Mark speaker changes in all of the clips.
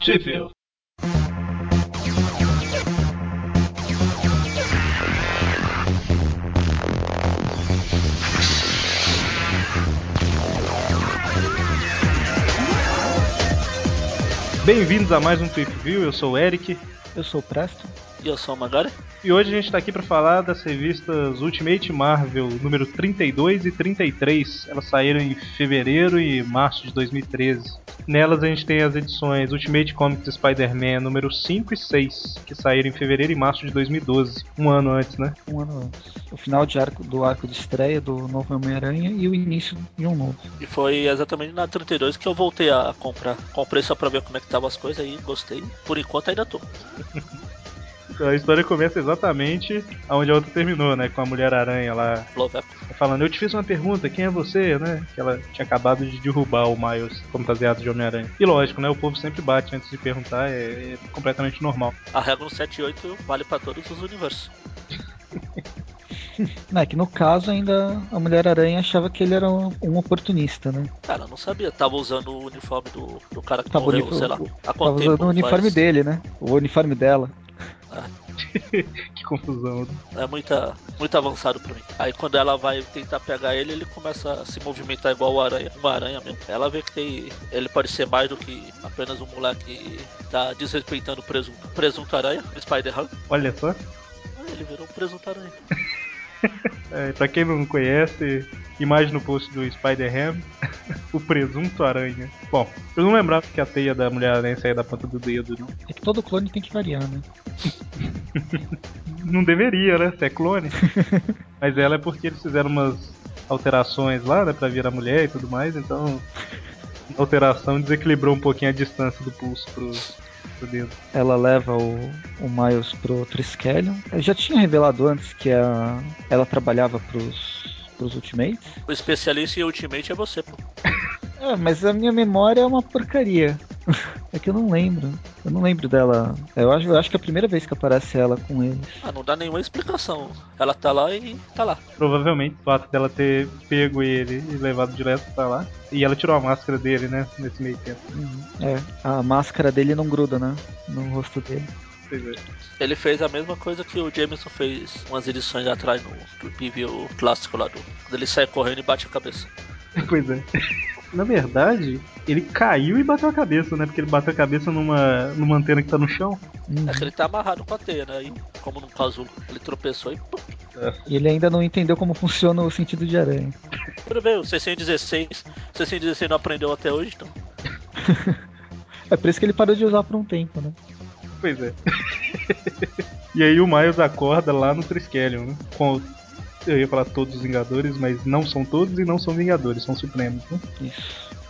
Speaker 1: Sheffield. Bem-vindos a mais um Tweep View, eu sou o Eric
Speaker 2: Eu sou o Presto.
Speaker 3: E eu sou o Magari?
Speaker 1: e hoje a gente está aqui para falar das revistas Ultimate Marvel número 32 e 33. Elas saíram em fevereiro e março de 2013. Nelas a gente tem as edições Ultimate Comics Spider-Man número 5 e 6, que saíram em fevereiro e março de 2012, um ano antes, né?
Speaker 2: Um ano antes. O final de arco, do arco de estreia do novo Homem-Aranha e o início de um novo.
Speaker 3: E foi exatamente na 32 que eu voltei a comprar. Comprei só pra ver como é que tava as coisas aí, gostei. Por enquanto ainda tô.
Speaker 1: A história começa exatamente onde a outra terminou, né? Com a Mulher-Aranha lá
Speaker 3: Love up.
Speaker 1: falando, eu te fiz uma pergunta, quem é você, né? Que ela tinha acabado de derrubar o Miles fantasiado de Homem-Aranha. E lógico, né? O povo sempre bate antes de perguntar, é, é completamente normal.
Speaker 3: A regra 78 vale pra todos os universos.
Speaker 2: Não, é que no caso ainda a Mulher-Aranha achava que ele era um, um oportunista, né?
Speaker 3: Cara, eu não sabia. Tava usando o uniforme do, do cara que
Speaker 2: Tava
Speaker 3: morreu,
Speaker 2: bonito-
Speaker 3: sei lá. Há
Speaker 2: Tava
Speaker 3: quanto
Speaker 2: usando
Speaker 3: tempo
Speaker 2: o uniforme
Speaker 3: faz?
Speaker 2: dele, né? O uniforme dela.
Speaker 1: Que confusão.
Speaker 3: É muita, muito avançado pra mim. Aí quando ela vai tentar pegar ele, ele começa a se movimentar igual o aranha, uma aranha mesmo. Ela vê que tem, ele pode ser mais do que apenas um moleque que tá desrespeitando o presunto. Presunto aranha, Spider-Man.
Speaker 1: Olha só.
Speaker 3: Ele virou um presunto aranha.
Speaker 1: É, pra quem não conhece, imagem no post do Spider-Ham, o presunto aranha. Bom, eu não lembrava que a teia da Mulher-Aranha saía da ponta do dedo, não.
Speaker 2: É que todo clone tem que variar, né?
Speaker 1: Não deveria, né? Se é clone. Mas ela é porque eles fizeram umas alterações lá, né? Pra virar mulher e tudo mais, então. A alteração desequilibrou um pouquinho a distância do pulso pro, pro dedo.
Speaker 2: Ela leva o, o Miles pro Triskelion. Eu já tinha revelado antes que a, ela trabalhava pros, pros Ultimates.
Speaker 3: O especialista em Ultimate é você, pô.
Speaker 2: É, mas a minha memória é uma porcaria. É que eu não lembro. Eu não lembro dela. Eu acho, eu acho que é a primeira vez que aparece ela com eles.
Speaker 3: Ah, não dá nenhuma explicação. Ela tá lá e tá lá.
Speaker 1: Provavelmente o fato dela ter pego ele e levado direto pra lá. E ela tirou a máscara dele, né? Nesse meio tempo.
Speaker 2: Uhum. É, a máscara dele não gruda, né? No rosto dele.
Speaker 1: Pois é.
Speaker 3: Ele fez a mesma coisa que o Jameson fez umas edições atrás no do preview clássico lá do. Quando ele sai correndo e bate a cabeça.
Speaker 1: Pois é. Na verdade, ele caiu e bateu a cabeça, né? Porque ele bateu a cabeça numa, numa antena que tá no chão.
Speaker 2: Uhum.
Speaker 3: É que ele tá amarrado com a teia, né? E, como num casulo. Ele tropeçou e pum.
Speaker 2: E ele ainda não entendeu como funciona o sentido de aranha.
Speaker 3: Tudo bem, o 616. 616 não aprendeu até hoje, então.
Speaker 2: É por isso que ele parou de usar por um tempo, né?
Speaker 1: Pois é. e aí o Miles acorda lá no Triskelion, né? Com eu ia falar todos os Vingadores, mas não são todos e não são Vingadores, são Supremos, né?
Speaker 2: Isso.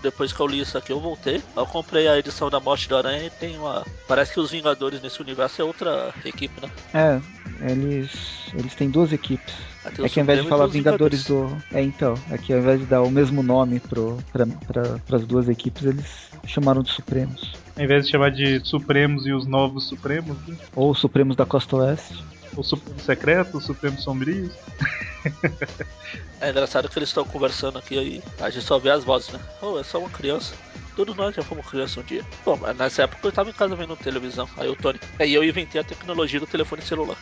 Speaker 3: Depois que eu li isso aqui, eu voltei. Eu comprei a edição da Morte do Aranha e tem uma. Parece que os Vingadores nesse universo é outra equipe, né?
Speaker 2: É, eles. Eles têm duas equipes.
Speaker 3: Aí tem
Speaker 2: É
Speaker 3: os
Speaker 2: que ao invés
Speaker 3: Supremos
Speaker 2: de
Speaker 3: e
Speaker 2: falar
Speaker 3: os
Speaker 2: Vingadores do. É então, é que ao invés de dar o mesmo nome pro, pra, pra, pras duas equipes, eles chamaram de Supremos.
Speaker 1: Ao invés de chamar de Supremos e os Novos Supremos, né?
Speaker 2: Ou Supremos da Costa Oeste.
Speaker 1: Os Supremos Secretos, os Supremos Sombrios.
Speaker 3: É engraçado que eles estão conversando aqui aí. A gente só vê as vozes, né? Oh, é só uma criança. Todos nós já fomos criança um dia. Bom, mas nessa época eu tava em casa vendo televisão. Aí o Tony. Aí eu inventei a tecnologia do telefone celular.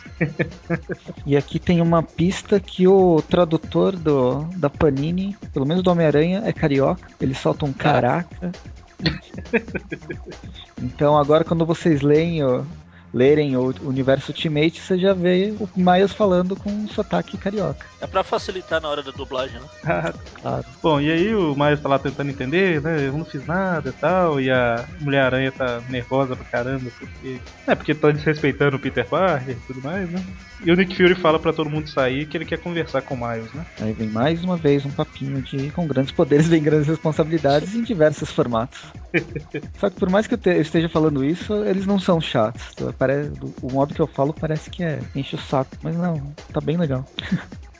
Speaker 2: E aqui tem uma pista que o tradutor do, da Panini, pelo menos do Homem-Aranha, é carioca. Eles soltam caraca. então agora quando vocês leem o, lerem o Universo Ultimate, você já vê o Miles falando com um sotaque carioca.
Speaker 3: É pra facilitar na hora da dublagem, né?
Speaker 2: Claro.
Speaker 1: Bom, e aí o Miles tá lá tentando entender, né? Eu não fiz nada e tal. E a Mulher-Aranha tá nervosa pra caramba, porque. É, porque tá desrespeitando o Peter Parker e tudo mais, né? E o Nick Fury fala pra todo mundo sair que ele quer conversar com o Miles, né?
Speaker 2: Aí vem mais uma vez um papinho de com grandes poderes vem grandes responsabilidades em diversos formatos. Só que por mais que eu, te- eu esteja falando isso, eles não são chatos. Então, Pare- O modo que eu falo parece que é enche o saco, mas não, tá bem legal.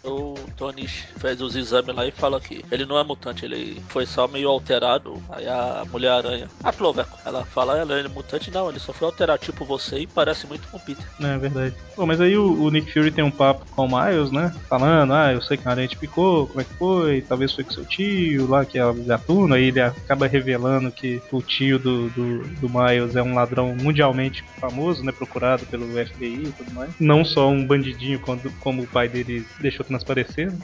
Speaker 3: o Tony fez os exames lá e fala que ele não é mutante, ele foi só meio alterado. Aí a Mulher-Aranha, a Ploveco, ela fala, ela ele é mutante, não, ele só foi alterado tipo você e parece muito com o Peter.
Speaker 1: É, é verdade. Pô, mas aí o, o Nick Fury tem um papo com o Miles, né? Falando, ah, eu sei que a aranha te picou, como é que foi? Talvez foi com seu tio lá, que é o gatuno. Aí ele acaba revelando que o tio do, do, do Miles é um ladrão mundialmente famoso, né? Procurado pelo FBI e tudo mais. Não só um bandidinho quando, como o pai dele deixou transparecer. né?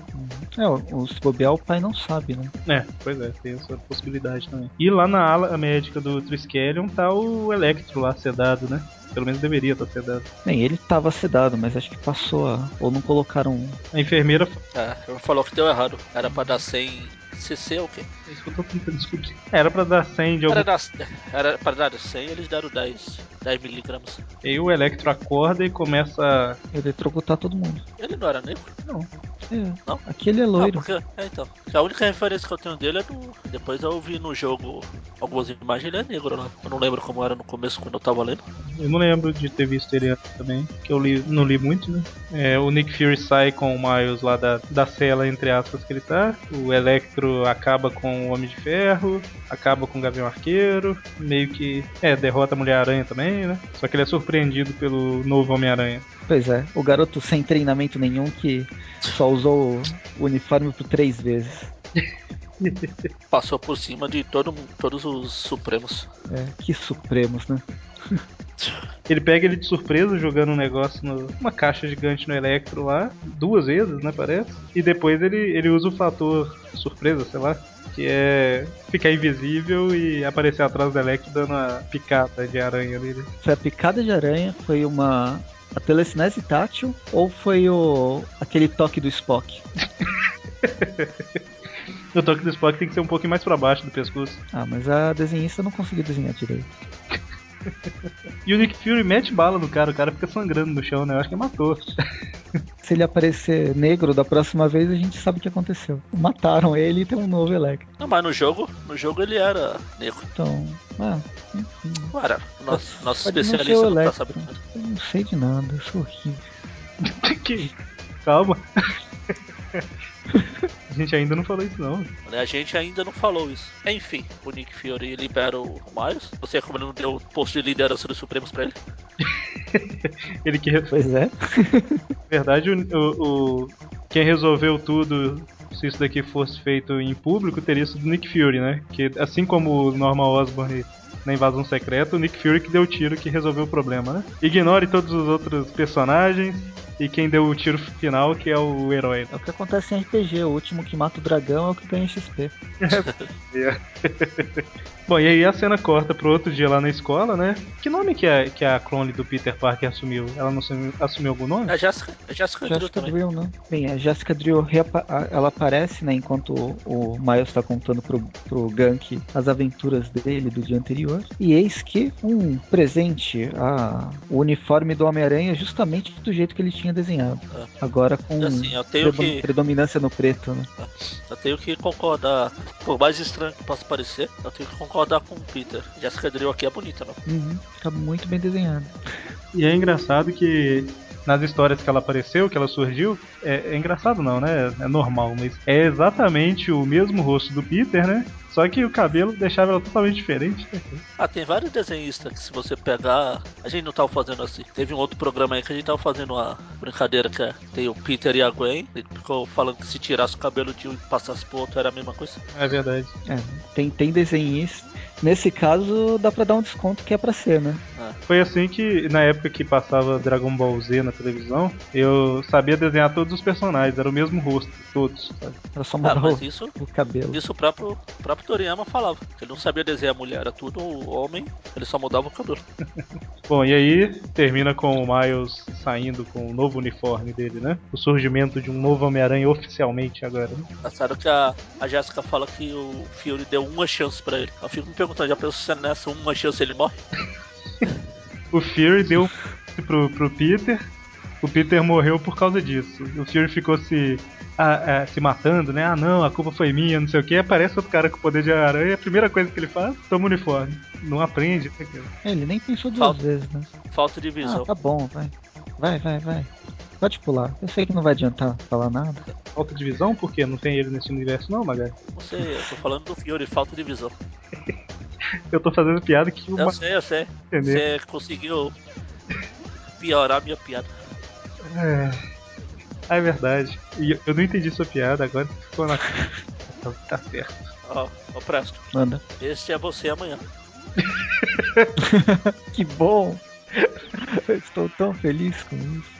Speaker 2: É, o- se bobear, o pai não sabe, né?
Speaker 1: É, pois é, tem essa possibilidade também. E lá na ala médica do Triskelion tá o Electro lá sedado, né? Pelo menos deveria estar sedado.
Speaker 2: Bem, ele tava sedado, mas acho que passou a. Ou não colocaram.
Speaker 1: A enfermeira.
Speaker 3: É, ele falou que deu errado. Era pra dar 100 CC ou o quê?
Speaker 1: É isso que eu tô tentando descobrir. Era pra dar 100 de algum
Speaker 3: Era, dar, era pra dar 100, eles deram 10, 10 miligramas.
Speaker 1: E aí o Electro acorda e começa.
Speaker 2: Eletrocutar todo mundo.
Speaker 3: Ele não era negro?
Speaker 2: É.
Speaker 3: Não?
Speaker 2: Aqui ele é
Speaker 3: Não,
Speaker 2: loiro.
Speaker 3: porque, é, então. A única referência que eu tenho dele é do. Depois eu vi no jogo algumas imagens, ele é negro lá. Eu não lembro como era no começo quando eu tava lendo.
Speaker 1: Eu não lembro de ter visto ele antes também, que eu li- não li muito, né? É, o Nick Fury sai com o Miles lá da, da cela, entre aspas, que ele tá. O Electro acaba com o Homem de Ferro, acaba com o Gavião Arqueiro, meio que. É, derrota a Mulher-Aranha também, né? Só que ele é surpreendido pelo novo Homem-Aranha.
Speaker 2: Pois é, o garoto sem treinamento nenhum que só usou o uniforme por três vezes.
Speaker 3: Passou por cima de todo, mundo- todos os Supremos.
Speaker 2: É, que supremos, né?
Speaker 1: Ele pega ele de surpresa jogando um negócio, no, uma caixa gigante no Electro lá, duas vezes, né, parece? E depois ele, ele usa o fator surpresa, sei lá, que é ficar invisível e aparecer atrás do Electro dando a picada de aranha nele.
Speaker 2: Foi a picada de aranha, foi uma. A telecinese tátil ou foi o. aquele toque do Spock?
Speaker 1: O toque do Spock tem que ser um pouquinho mais pra baixo do pescoço.
Speaker 2: Ah, mas a desenhista não conseguiu desenhar direito.
Speaker 1: E o Nick Fury mete bala no cara, o cara fica sangrando no chão, né? Eu acho que matou.
Speaker 2: Se ele aparecer negro da próxima vez, a gente sabe o que aconteceu. Mataram ele e tem um novo Electro.
Speaker 3: Não, mas no jogo, no jogo ele era negro.
Speaker 2: Então, ah, enfim.
Speaker 3: Claro, o nosso, nosso
Speaker 2: Pode não ser o
Speaker 3: especialista não, tá
Speaker 2: Electro.
Speaker 3: sabendo. nada.
Speaker 2: Eu não sei de nada, eu sou horrível.
Speaker 1: Que- Calma. A gente ainda não falou isso, não.
Speaker 3: A gente ainda não falou isso. Enfim, o Nick Fury libera o Miles. Você como ele não deu o posto de liderança dos Supremos pra ele.
Speaker 1: Ele que
Speaker 2: Pois é.
Speaker 1: Na verdade, o, o- o- quem resolveu tudo, se isso daqui fosse feito em público, teria sido o Nick Fury, né? Que assim como o Norman Osborn na invasão secreta, o Nick Fury que deu o tiro que resolveu o problema, né? Ignore todos os outros personagens e quem deu o tiro final que é o herói.
Speaker 2: É o que acontece em RPG, o último que mata o dragão é o que ganha XP.
Speaker 1: Bom, e aí a cena corta pro outro dia lá na escola, né? Que nome que a, que a clone do Peter Parker assumiu? Ela não assumiu, assumiu algum nome?
Speaker 3: A Jessica, a Jessica Drew
Speaker 2: Jessica
Speaker 3: também.
Speaker 2: Drill, né? Bem, a Jessica Drill reapa- a- ela aparece, né, enquanto o, o Miles tá contando pro, pro Gank as aventuras dele do dia anterior. E eis que um presente, a, o uniforme do Homem-Aranha, é justamente do jeito que ele tinha desenhado.
Speaker 3: É.
Speaker 2: Agora com
Speaker 3: Assim, eu tenho
Speaker 2: predo-
Speaker 3: que-
Speaker 2: predominância no preto, né?
Speaker 3: Eu tenho que concordar, por mais estranho que possa parecer, eu tenho que concordar com o Peter. Jessica Drill aqui é bonita, não?
Speaker 2: Uhum, fica muito bem desenhado.
Speaker 1: E é engraçado que nas histórias que ela apareceu, que ela surgiu, é, é engraçado não, né? É normal, mas é exatamente o mesmo rosto do Peter, né? Só que o cabelo deixava ela totalmente diferente.
Speaker 3: Ah, tem vários desenhistas que se você pegar. A gente não tava fazendo assim. Teve um outro programa aí que a gente tava fazendo uma brincadeira que é, tem o Peter e a Gwen. Ele ficou falando que se tirasse o cabelo de um e passasse pro outro era a mesma coisa.
Speaker 1: É verdade.
Speaker 2: É, tem, tem desenhista. Nesse caso, dá pra dar um desconto que é pra ser, né?
Speaker 1: Foi assim que, na época que passava Dragon Ball Z na televisão, eu sabia desenhar todos os personagens, era o mesmo rosto, todos. sabe?
Speaker 2: Era só
Speaker 3: Ah,
Speaker 2: mudar
Speaker 3: mas
Speaker 2: o,
Speaker 3: isso.
Speaker 2: o cabelo.
Speaker 3: Isso o próprio, o próprio Toriyama falava. que Ele não sabia desenhar mulher, era tudo homem, ele só mudava o cabelo.
Speaker 1: Bom, e aí termina com o Miles saindo com o novo uniforme dele, né? O surgimento de um novo Homem-Aranha oficialmente agora. né?
Speaker 3: Engraçado que a, a Jéssica fala que o Fury deu uma chance pra ele. Eu fico me perguntando, já pensou se é nessa uma chance ele morre?
Speaker 1: O Fury deu pro, pro Peter. O Peter morreu por causa disso. O Fury ficou se, ah, ah, se matando, né? Ah, não, a culpa foi minha, não sei o que. Aparece outro cara com poder de aranha. é A primeira coisa que ele faz, toma o uniforme. Não aprende. né, cara?
Speaker 2: É, Ele nem pensou duas
Speaker 3: Falta-
Speaker 2: vezes, né?
Speaker 3: Falta de
Speaker 2: Ah,
Speaker 3: visão.
Speaker 2: tá bom, vai. Vai, vai, vai. Pode pular. Eu sei que não vai adiantar falar nada.
Speaker 1: Falta de visão? Por quê? Não tem ele nesse universo não, Magai?
Speaker 3: Não sei, eu tô falando do Fiore, falta de visão.
Speaker 1: Eu tô fazendo piada que o
Speaker 3: Eu
Speaker 1: Ma-
Speaker 3: sei, eu sei.
Speaker 1: entendeu?
Speaker 3: Você conseguiu piorar minha piada.
Speaker 1: É. Ah, é verdade. E eu- eu não entendi sua piada agora. Ficou na. Tá- Tá certo.
Speaker 3: Ó, ó Presto,
Speaker 2: Manda.
Speaker 3: este é você amanhã.
Speaker 2: Que bom! Eu estou tão feliz com isso.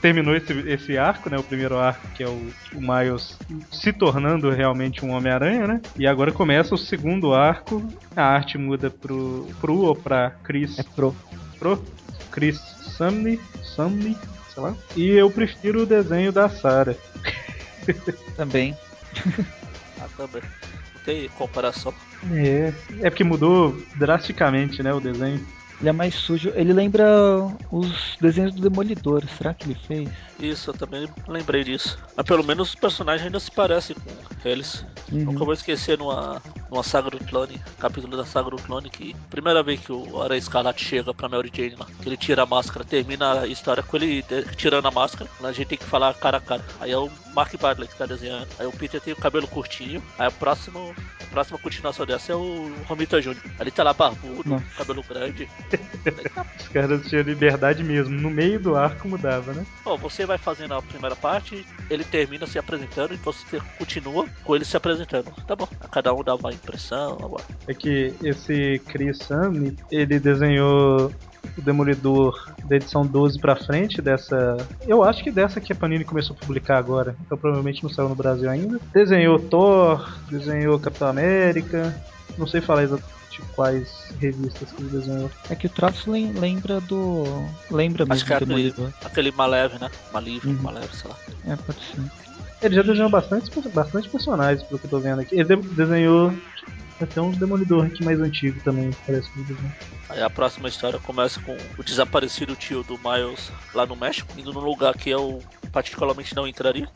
Speaker 1: Terminou esse, esse arco, né? O primeiro arco, que é o, o Miles se tornando realmente um Homem-Aranha, né? E agora começa o segundo arco. A arte muda pro, pro ou pra Chris
Speaker 2: É pro.
Speaker 1: pro Chris Sumney, Sumney, sei lá. E eu prefiro o desenho da Sarah.
Speaker 2: Também.
Speaker 3: Ah, também. Não tem comparação.
Speaker 1: É. É porque mudou drasticamente, né? O desenho.
Speaker 2: Ele é mais sujo. Ele lembra os desenhos do Demolidor. Será que ele fez?
Speaker 3: Isso, eu também lembrei disso. Mas pelo menos os personagens ainda se parecem com eles. Nunca
Speaker 2: Uhum.
Speaker 3: vou esquecer numa, numa saga do clone, capítulo da saga do clone, que primeira vez que o Aranha Escarlate chega pra Mary Jane lá, que ele tira a máscara, termina a história com ele de- tirando a máscara, a gente tem que falar cara a cara. Aí é o Mark Bartlett que tá desenhando, aí o Peter tem o cabelo curtinho, aí o próximo, a próxima continuação dessa é o Romita Jr. Aí Ele tá lá barbudo,
Speaker 2: Nossa.
Speaker 3: cabelo grande.
Speaker 1: Os caras tinham liberdade mesmo. No meio do arco mudava, né?
Speaker 3: Bom, você vai fazendo a primeira parte, ele termina se apresentando e você te- continua com ele se apresentando. Tá bom, cada um dá uma impressão, uma
Speaker 1: É que esse Chris Samney, ele desenhou o Demolidor da edição 12 pra frente dessa... Eu acho que dessa que a Panini começou a publicar agora. Então provavelmente não saiu no Brasil ainda. Desenhou Thor, desenhou Capitão América... Não sei falar exatamente quais revistas que ele desenhou.
Speaker 2: É que o traço lem- lembra do. Lembra
Speaker 3: Acho
Speaker 2: mesmo
Speaker 3: que é
Speaker 2: do Demolidor.
Speaker 3: Aquele Maleve, né? Malive,
Speaker 2: Uhum.
Speaker 3: Maleve, sei lá.
Speaker 2: É, pode ser.
Speaker 1: Ele já desenhou bastante, bastante personagens, pelo que eu tô vendo aqui. Ele de- desenhou até um Demolidor aqui mais antigo também, parece que ele desenhou.
Speaker 3: Aí a próxima história começa com o desaparecido tio do Miles lá no México, indo num lugar que eu particularmente não entraria,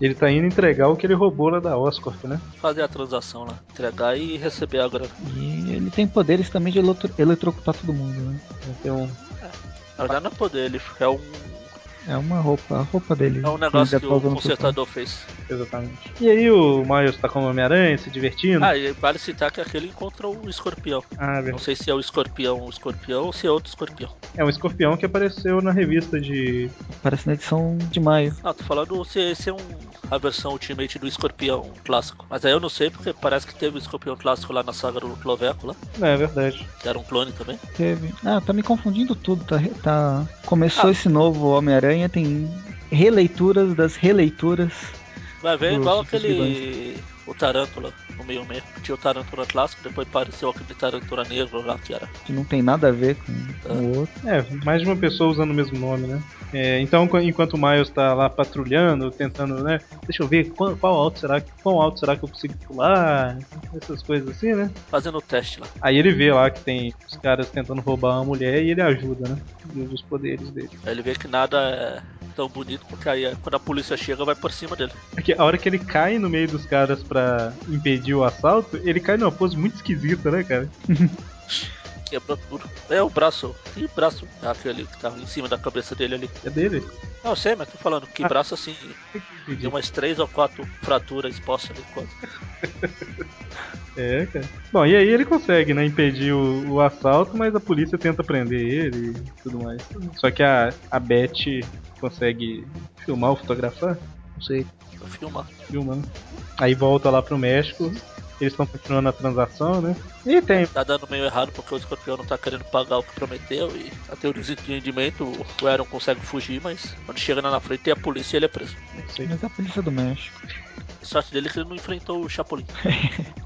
Speaker 1: Ele tá indo entregar o que ele roubou lá da Oscorp, né?
Speaker 3: fazer a transação lá, entregar e receber a grana.
Speaker 2: E ele tem poderes também de eletro- eletrocutar todo mundo, né?
Speaker 1: Então,
Speaker 3: Na verdade não é poder, ele é um,
Speaker 2: É uma roupa, a roupa dele.
Speaker 3: é um
Speaker 2: ele
Speaker 3: negócio
Speaker 2: já
Speaker 3: que
Speaker 2: tá
Speaker 3: o
Speaker 2: usando pro
Speaker 3: consertador fez.
Speaker 1: exatamente. E aí o Miles tá como Homem-Aranha, se divertindo.
Speaker 3: Ah, e vale citar que aquele encontra o escorpião.
Speaker 1: Ah,
Speaker 3: Não
Speaker 1: velho.
Speaker 3: sei se é o escorpião o escorpião ou se é outro escorpião.
Speaker 1: É um escorpião que apareceu na revista de.
Speaker 2: corpo. Parece na edição de maio.
Speaker 3: Não, Ah, tô falando se esse é um, a versão Ultimate do escorpião clássico. Mas aí eu não sei porque parece que teve o escorpião clássico lá na saga do Cloveco lá,
Speaker 1: Não, é verdade.
Speaker 3: que era um clone também.
Speaker 2: Teve. Ah, tá me confundindo tudo. Tá, re- tá...
Speaker 1: Ah.
Speaker 2: Começou esse novo Homem-Aranha, tem releituras das releituras.
Speaker 3: Vai ver
Speaker 2: Dos-
Speaker 3: igual
Speaker 2: dos
Speaker 3: aquele. O Tarântula no meio meio. Tinha o Tarântula clássico, depois apareceu aquele Tarântula negro lá que era.
Speaker 2: Que não tem nada a ver com o outro.
Speaker 1: É, mais de uma pessoa usando o mesmo nome, né? É, então, qu- enquanto o Miles tá lá patrulhando, tentando, né? Deixa eu ver qual, qual alto será que. Quão alto será que eu consigo pular? Essas coisas assim, né?
Speaker 3: Fazendo o teste lá.
Speaker 1: Aí ele vê lá que tem os caras tentando roubar uma mulher e ele ajuda, né? E usa os poderes dele.
Speaker 3: Aí ele vê que nada é tão bonito, porque aí é quando a polícia chega vai por cima dele.
Speaker 1: É que a hora que ele cai no meio dos caras pra impedir o assalto, ele cai numa pose muito esquisita, né, cara?
Speaker 3: Quebrou tudo. É o braço. Que braço? É aquele que tava em cima da cabeça dele ali.
Speaker 1: É dele?
Speaker 3: Não, eu sei, mas tô falando que
Speaker 1: Ah.
Speaker 3: braço assim. Tem umas três ou quatro fraturas expostas ali. quase.
Speaker 1: É, cara. Bom, e aí ele consegue, né, impedir o, o assalto, mas a polícia tenta prender ele e tudo mais. Só que a, a Beth consegue filmar ou fotografar? Não sei,
Speaker 3: Pra filmar.
Speaker 1: filma, né? Aí volta lá pro México, eles estão continuando a transação, né? E tem.
Speaker 3: Tá dando meio errado porque o escorpião não tá querendo pagar o que prometeu e até o desentendimento o Aaron consegue fugir, mas quando chega lá na frente tem a polícia e ele é preso.
Speaker 1: Não sei.
Speaker 2: Mas é a polícia do México.
Speaker 3: sorte dele é que ele não enfrentou o Chapolin.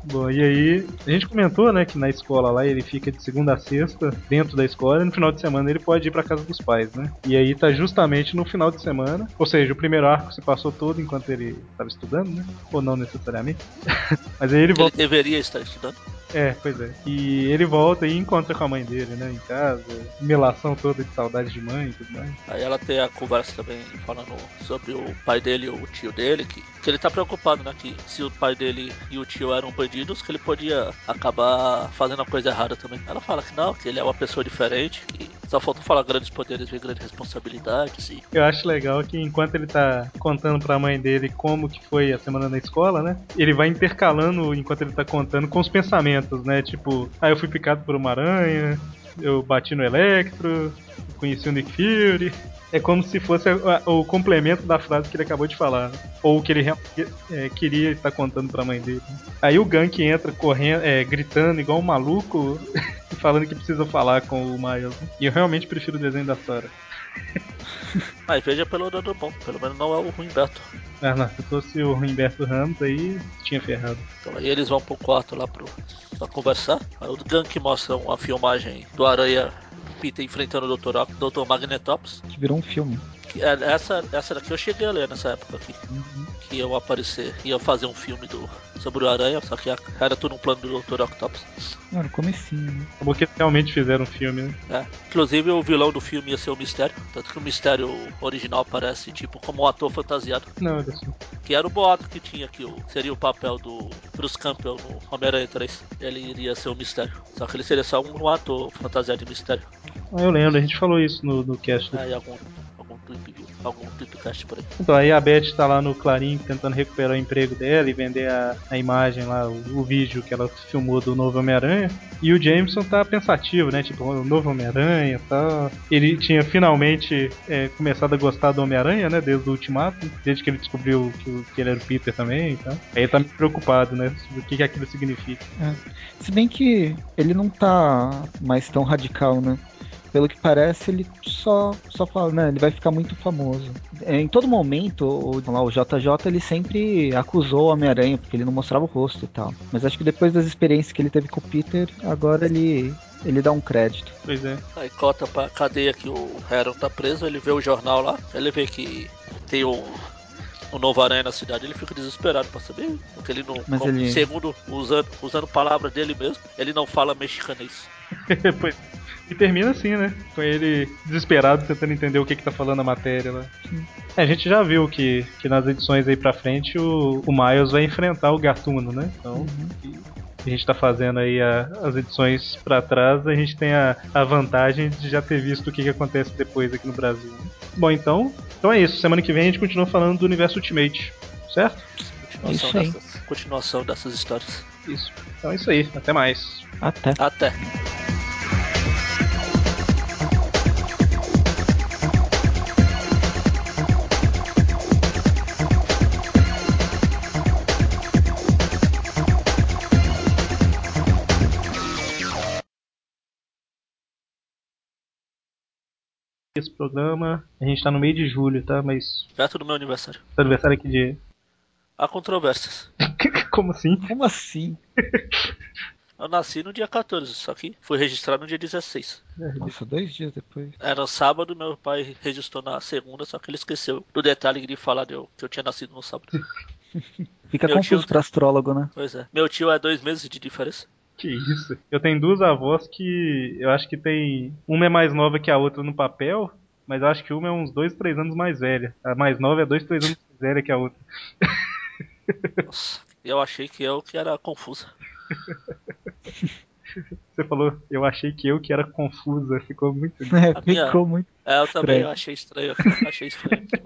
Speaker 1: Bom, e aí, a gente comentou, né, que na escola lá ele fica de segunda a sexta dentro da escola e no final de semana ele pode ir pra casa dos pais, né? E aí tá justamente no final de semana, ou seja, o primeiro arco se passou todo enquanto ele estava estudando, né? Ou não necessariamente. Mas aí ele
Speaker 3: Ele
Speaker 1: volta,
Speaker 3: deveria estar estudando.
Speaker 1: É, pois é. E ele volta e encontra com a mãe dele, né? Em casa. Melação toda de saudade de mãe e tudo mais.
Speaker 3: Aí ela tem a conversa também falando sobre o pai dele e o tio dele, que, que ele tá preocupado, né? Que se o pai dele e o tio eram bandidos, que ele podia acabar fazendo a coisa errada também. Ela fala que não, que ele é uma pessoa diferente, que só faltou falar grandes poderes vem grandes responsabilidades e
Speaker 1: Eu acho legal que enquanto ele tá contando pra mãe dele como que foi a semana na escola, né? Ele vai intercalando enquanto ele tá contando com os pensamentos, né? Tipo, ah, eu fui picado por uma aranha, eu bati no Electro, conheci o Nick Fury. É como se fosse a- a- o complemento da frase que ele acabou de falar. né? Ou o que ele realmente, é, queria estar contando pra mãe dele. Aí o Gank entra correndo, é, gritando igual um maluco e falando que precisa falar com o Miles. né. E eu realmente prefiro o desenho da Sora.
Speaker 3: Mas veja pelo lado bom, pelo menos não é o ruim Beto.
Speaker 1: Ah, não, se fosse o Humberto Ramos aí, tinha ferrado.
Speaker 3: Então aí eles vão pro quarto lá pro, pra conversar. Aí o Gank mostra uma filmagem do Aranha Peter enfrentando o Dr. Oc- Dr. Magnetops.
Speaker 2: Que virou um filme.
Speaker 3: Que é- essa, essa daqui eu cheguei a ler nessa época aqui.
Speaker 2: Uhum.
Speaker 3: Que eu aparecer, ia fazer um filme do, sobre o Aranha, só que era tudo um plano do Dr. Octopus.
Speaker 2: Não, no comecinho, né?
Speaker 1: Acabou que realmente fizeram um filme, né?
Speaker 3: É. Inclusive o vilão do filme ia ser o Mistério, tanto que o Mistério original parece tipo como um ator fantasiado,
Speaker 1: Não, olha só.
Speaker 3: que era o boato que tinha que o- seria o papel do Bruce Campbell no Homem-Aranha 3. Ele iria ser o Mistério, só que ele seria só um ator fantasiado de Mistério.
Speaker 1: Ah, eu lembro, a gente falou isso no, no cast. né?
Speaker 2: Uhum.
Speaker 3: Aí algum algum clipe, algum clipecast por aí.
Speaker 1: Então, aí a Beth tá lá no Clarim tentando recuperar o emprego dela e vender a, a imagem lá, o, o vídeo que ela filmou do novo Homem-Aranha. E o Jameson tá pensativo, né? Tipo, o novo Homem-Aranha e tal. Ele tinha finalmente é, começado a gostar do Homem-Aranha, né? Desde o Ultimato, desde que ele descobriu que, o- que ele era o Peter também e tal. Aí ele tá preocupado, né? Do que, que aquilo significa.
Speaker 2: Se bem que ele não tá mais tão radical, né? Pelo que parece, ele só, só fala, né? Ele vai ficar muito famoso. É, em todo momento, o, lá, o JJ ele sempre acusou o Homem-Aranha, porque ele não mostrava o rosto e tal. Mas acho que depois das experiências que ele teve com o Peter, agora ele, ele dá um crédito.
Speaker 1: Pois é.
Speaker 3: Aí cota pra cadeia que o Heron tá preso, ele vê o jornal lá, ele vê que tem um, um novo aranha na cidade, ele fica desesperado pra saber, porque ele não,
Speaker 2: Mas
Speaker 3: como-
Speaker 2: ele-
Speaker 3: segundo, usando, usando palavras dele mesmo, ele não fala mexicanês.
Speaker 1: Pois. E termina assim, né? Com ele desesperado tentando entender o que, que tá falando a matéria lá. É, A gente já viu que, que nas edições aí pra frente o, o Miles vai enfrentar o Gatuno, né? Então,
Speaker 2: Uhum.
Speaker 1: a gente tá fazendo aí a- as edições pra trás, a gente tem a, a vantagem de já ter visto o que, que acontece depois aqui no Brasil. Bom, então, então é isso. Semana que vem a gente continua falando do universo Ultimate, certo?
Speaker 3: Continuação,
Speaker 2: Isso aí.
Speaker 3: dessas, continuação dessas histórias.
Speaker 1: Isso. Então é isso aí. Até mais.
Speaker 2: Até.
Speaker 3: Até.
Speaker 1: Esse programa, a gente tá no meio de julho, tá? Mas
Speaker 3: Perto do é meu aniversário.
Speaker 1: seu aniversário aqui de.
Speaker 3: Há controvérsias.
Speaker 1: Como assim?
Speaker 2: Como assim?
Speaker 3: Eu nasci no dia 14, só que fui registrado no dia 16.
Speaker 2: Nossa, dois dias depois.
Speaker 3: Era sábado, meu pai registrou na segunda, só que ele esqueceu do detalhe de falar de eu- que eu tinha nascido no sábado.
Speaker 2: Fica
Speaker 3: Meu
Speaker 2: confuso
Speaker 3: tio-
Speaker 2: pra astrólogo, né?
Speaker 3: Pois é. Meu tio é dois meses de diferença.
Speaker 1: Que isso? Eu tenho duas avós que eu acho que tem. Uma é mais nova que a outra no papel, mas eu acho que uma é uns dois, três anos mais velha. A mais nova é dois, três anos mais velha que a outra.
Speaker 3: Nossa, eu achei que eu que era confusa.
Speaker 1: Você falou, eu achei que eu que era confusa, ficou muito.
Speaker 2: É,
Speaker 3: minha-
Speaker 2: ficou muito.
Speaker 3: É, eu também
Speaker 2: Estranho.
Speaker 3: achei estranho. Achei estranho demais.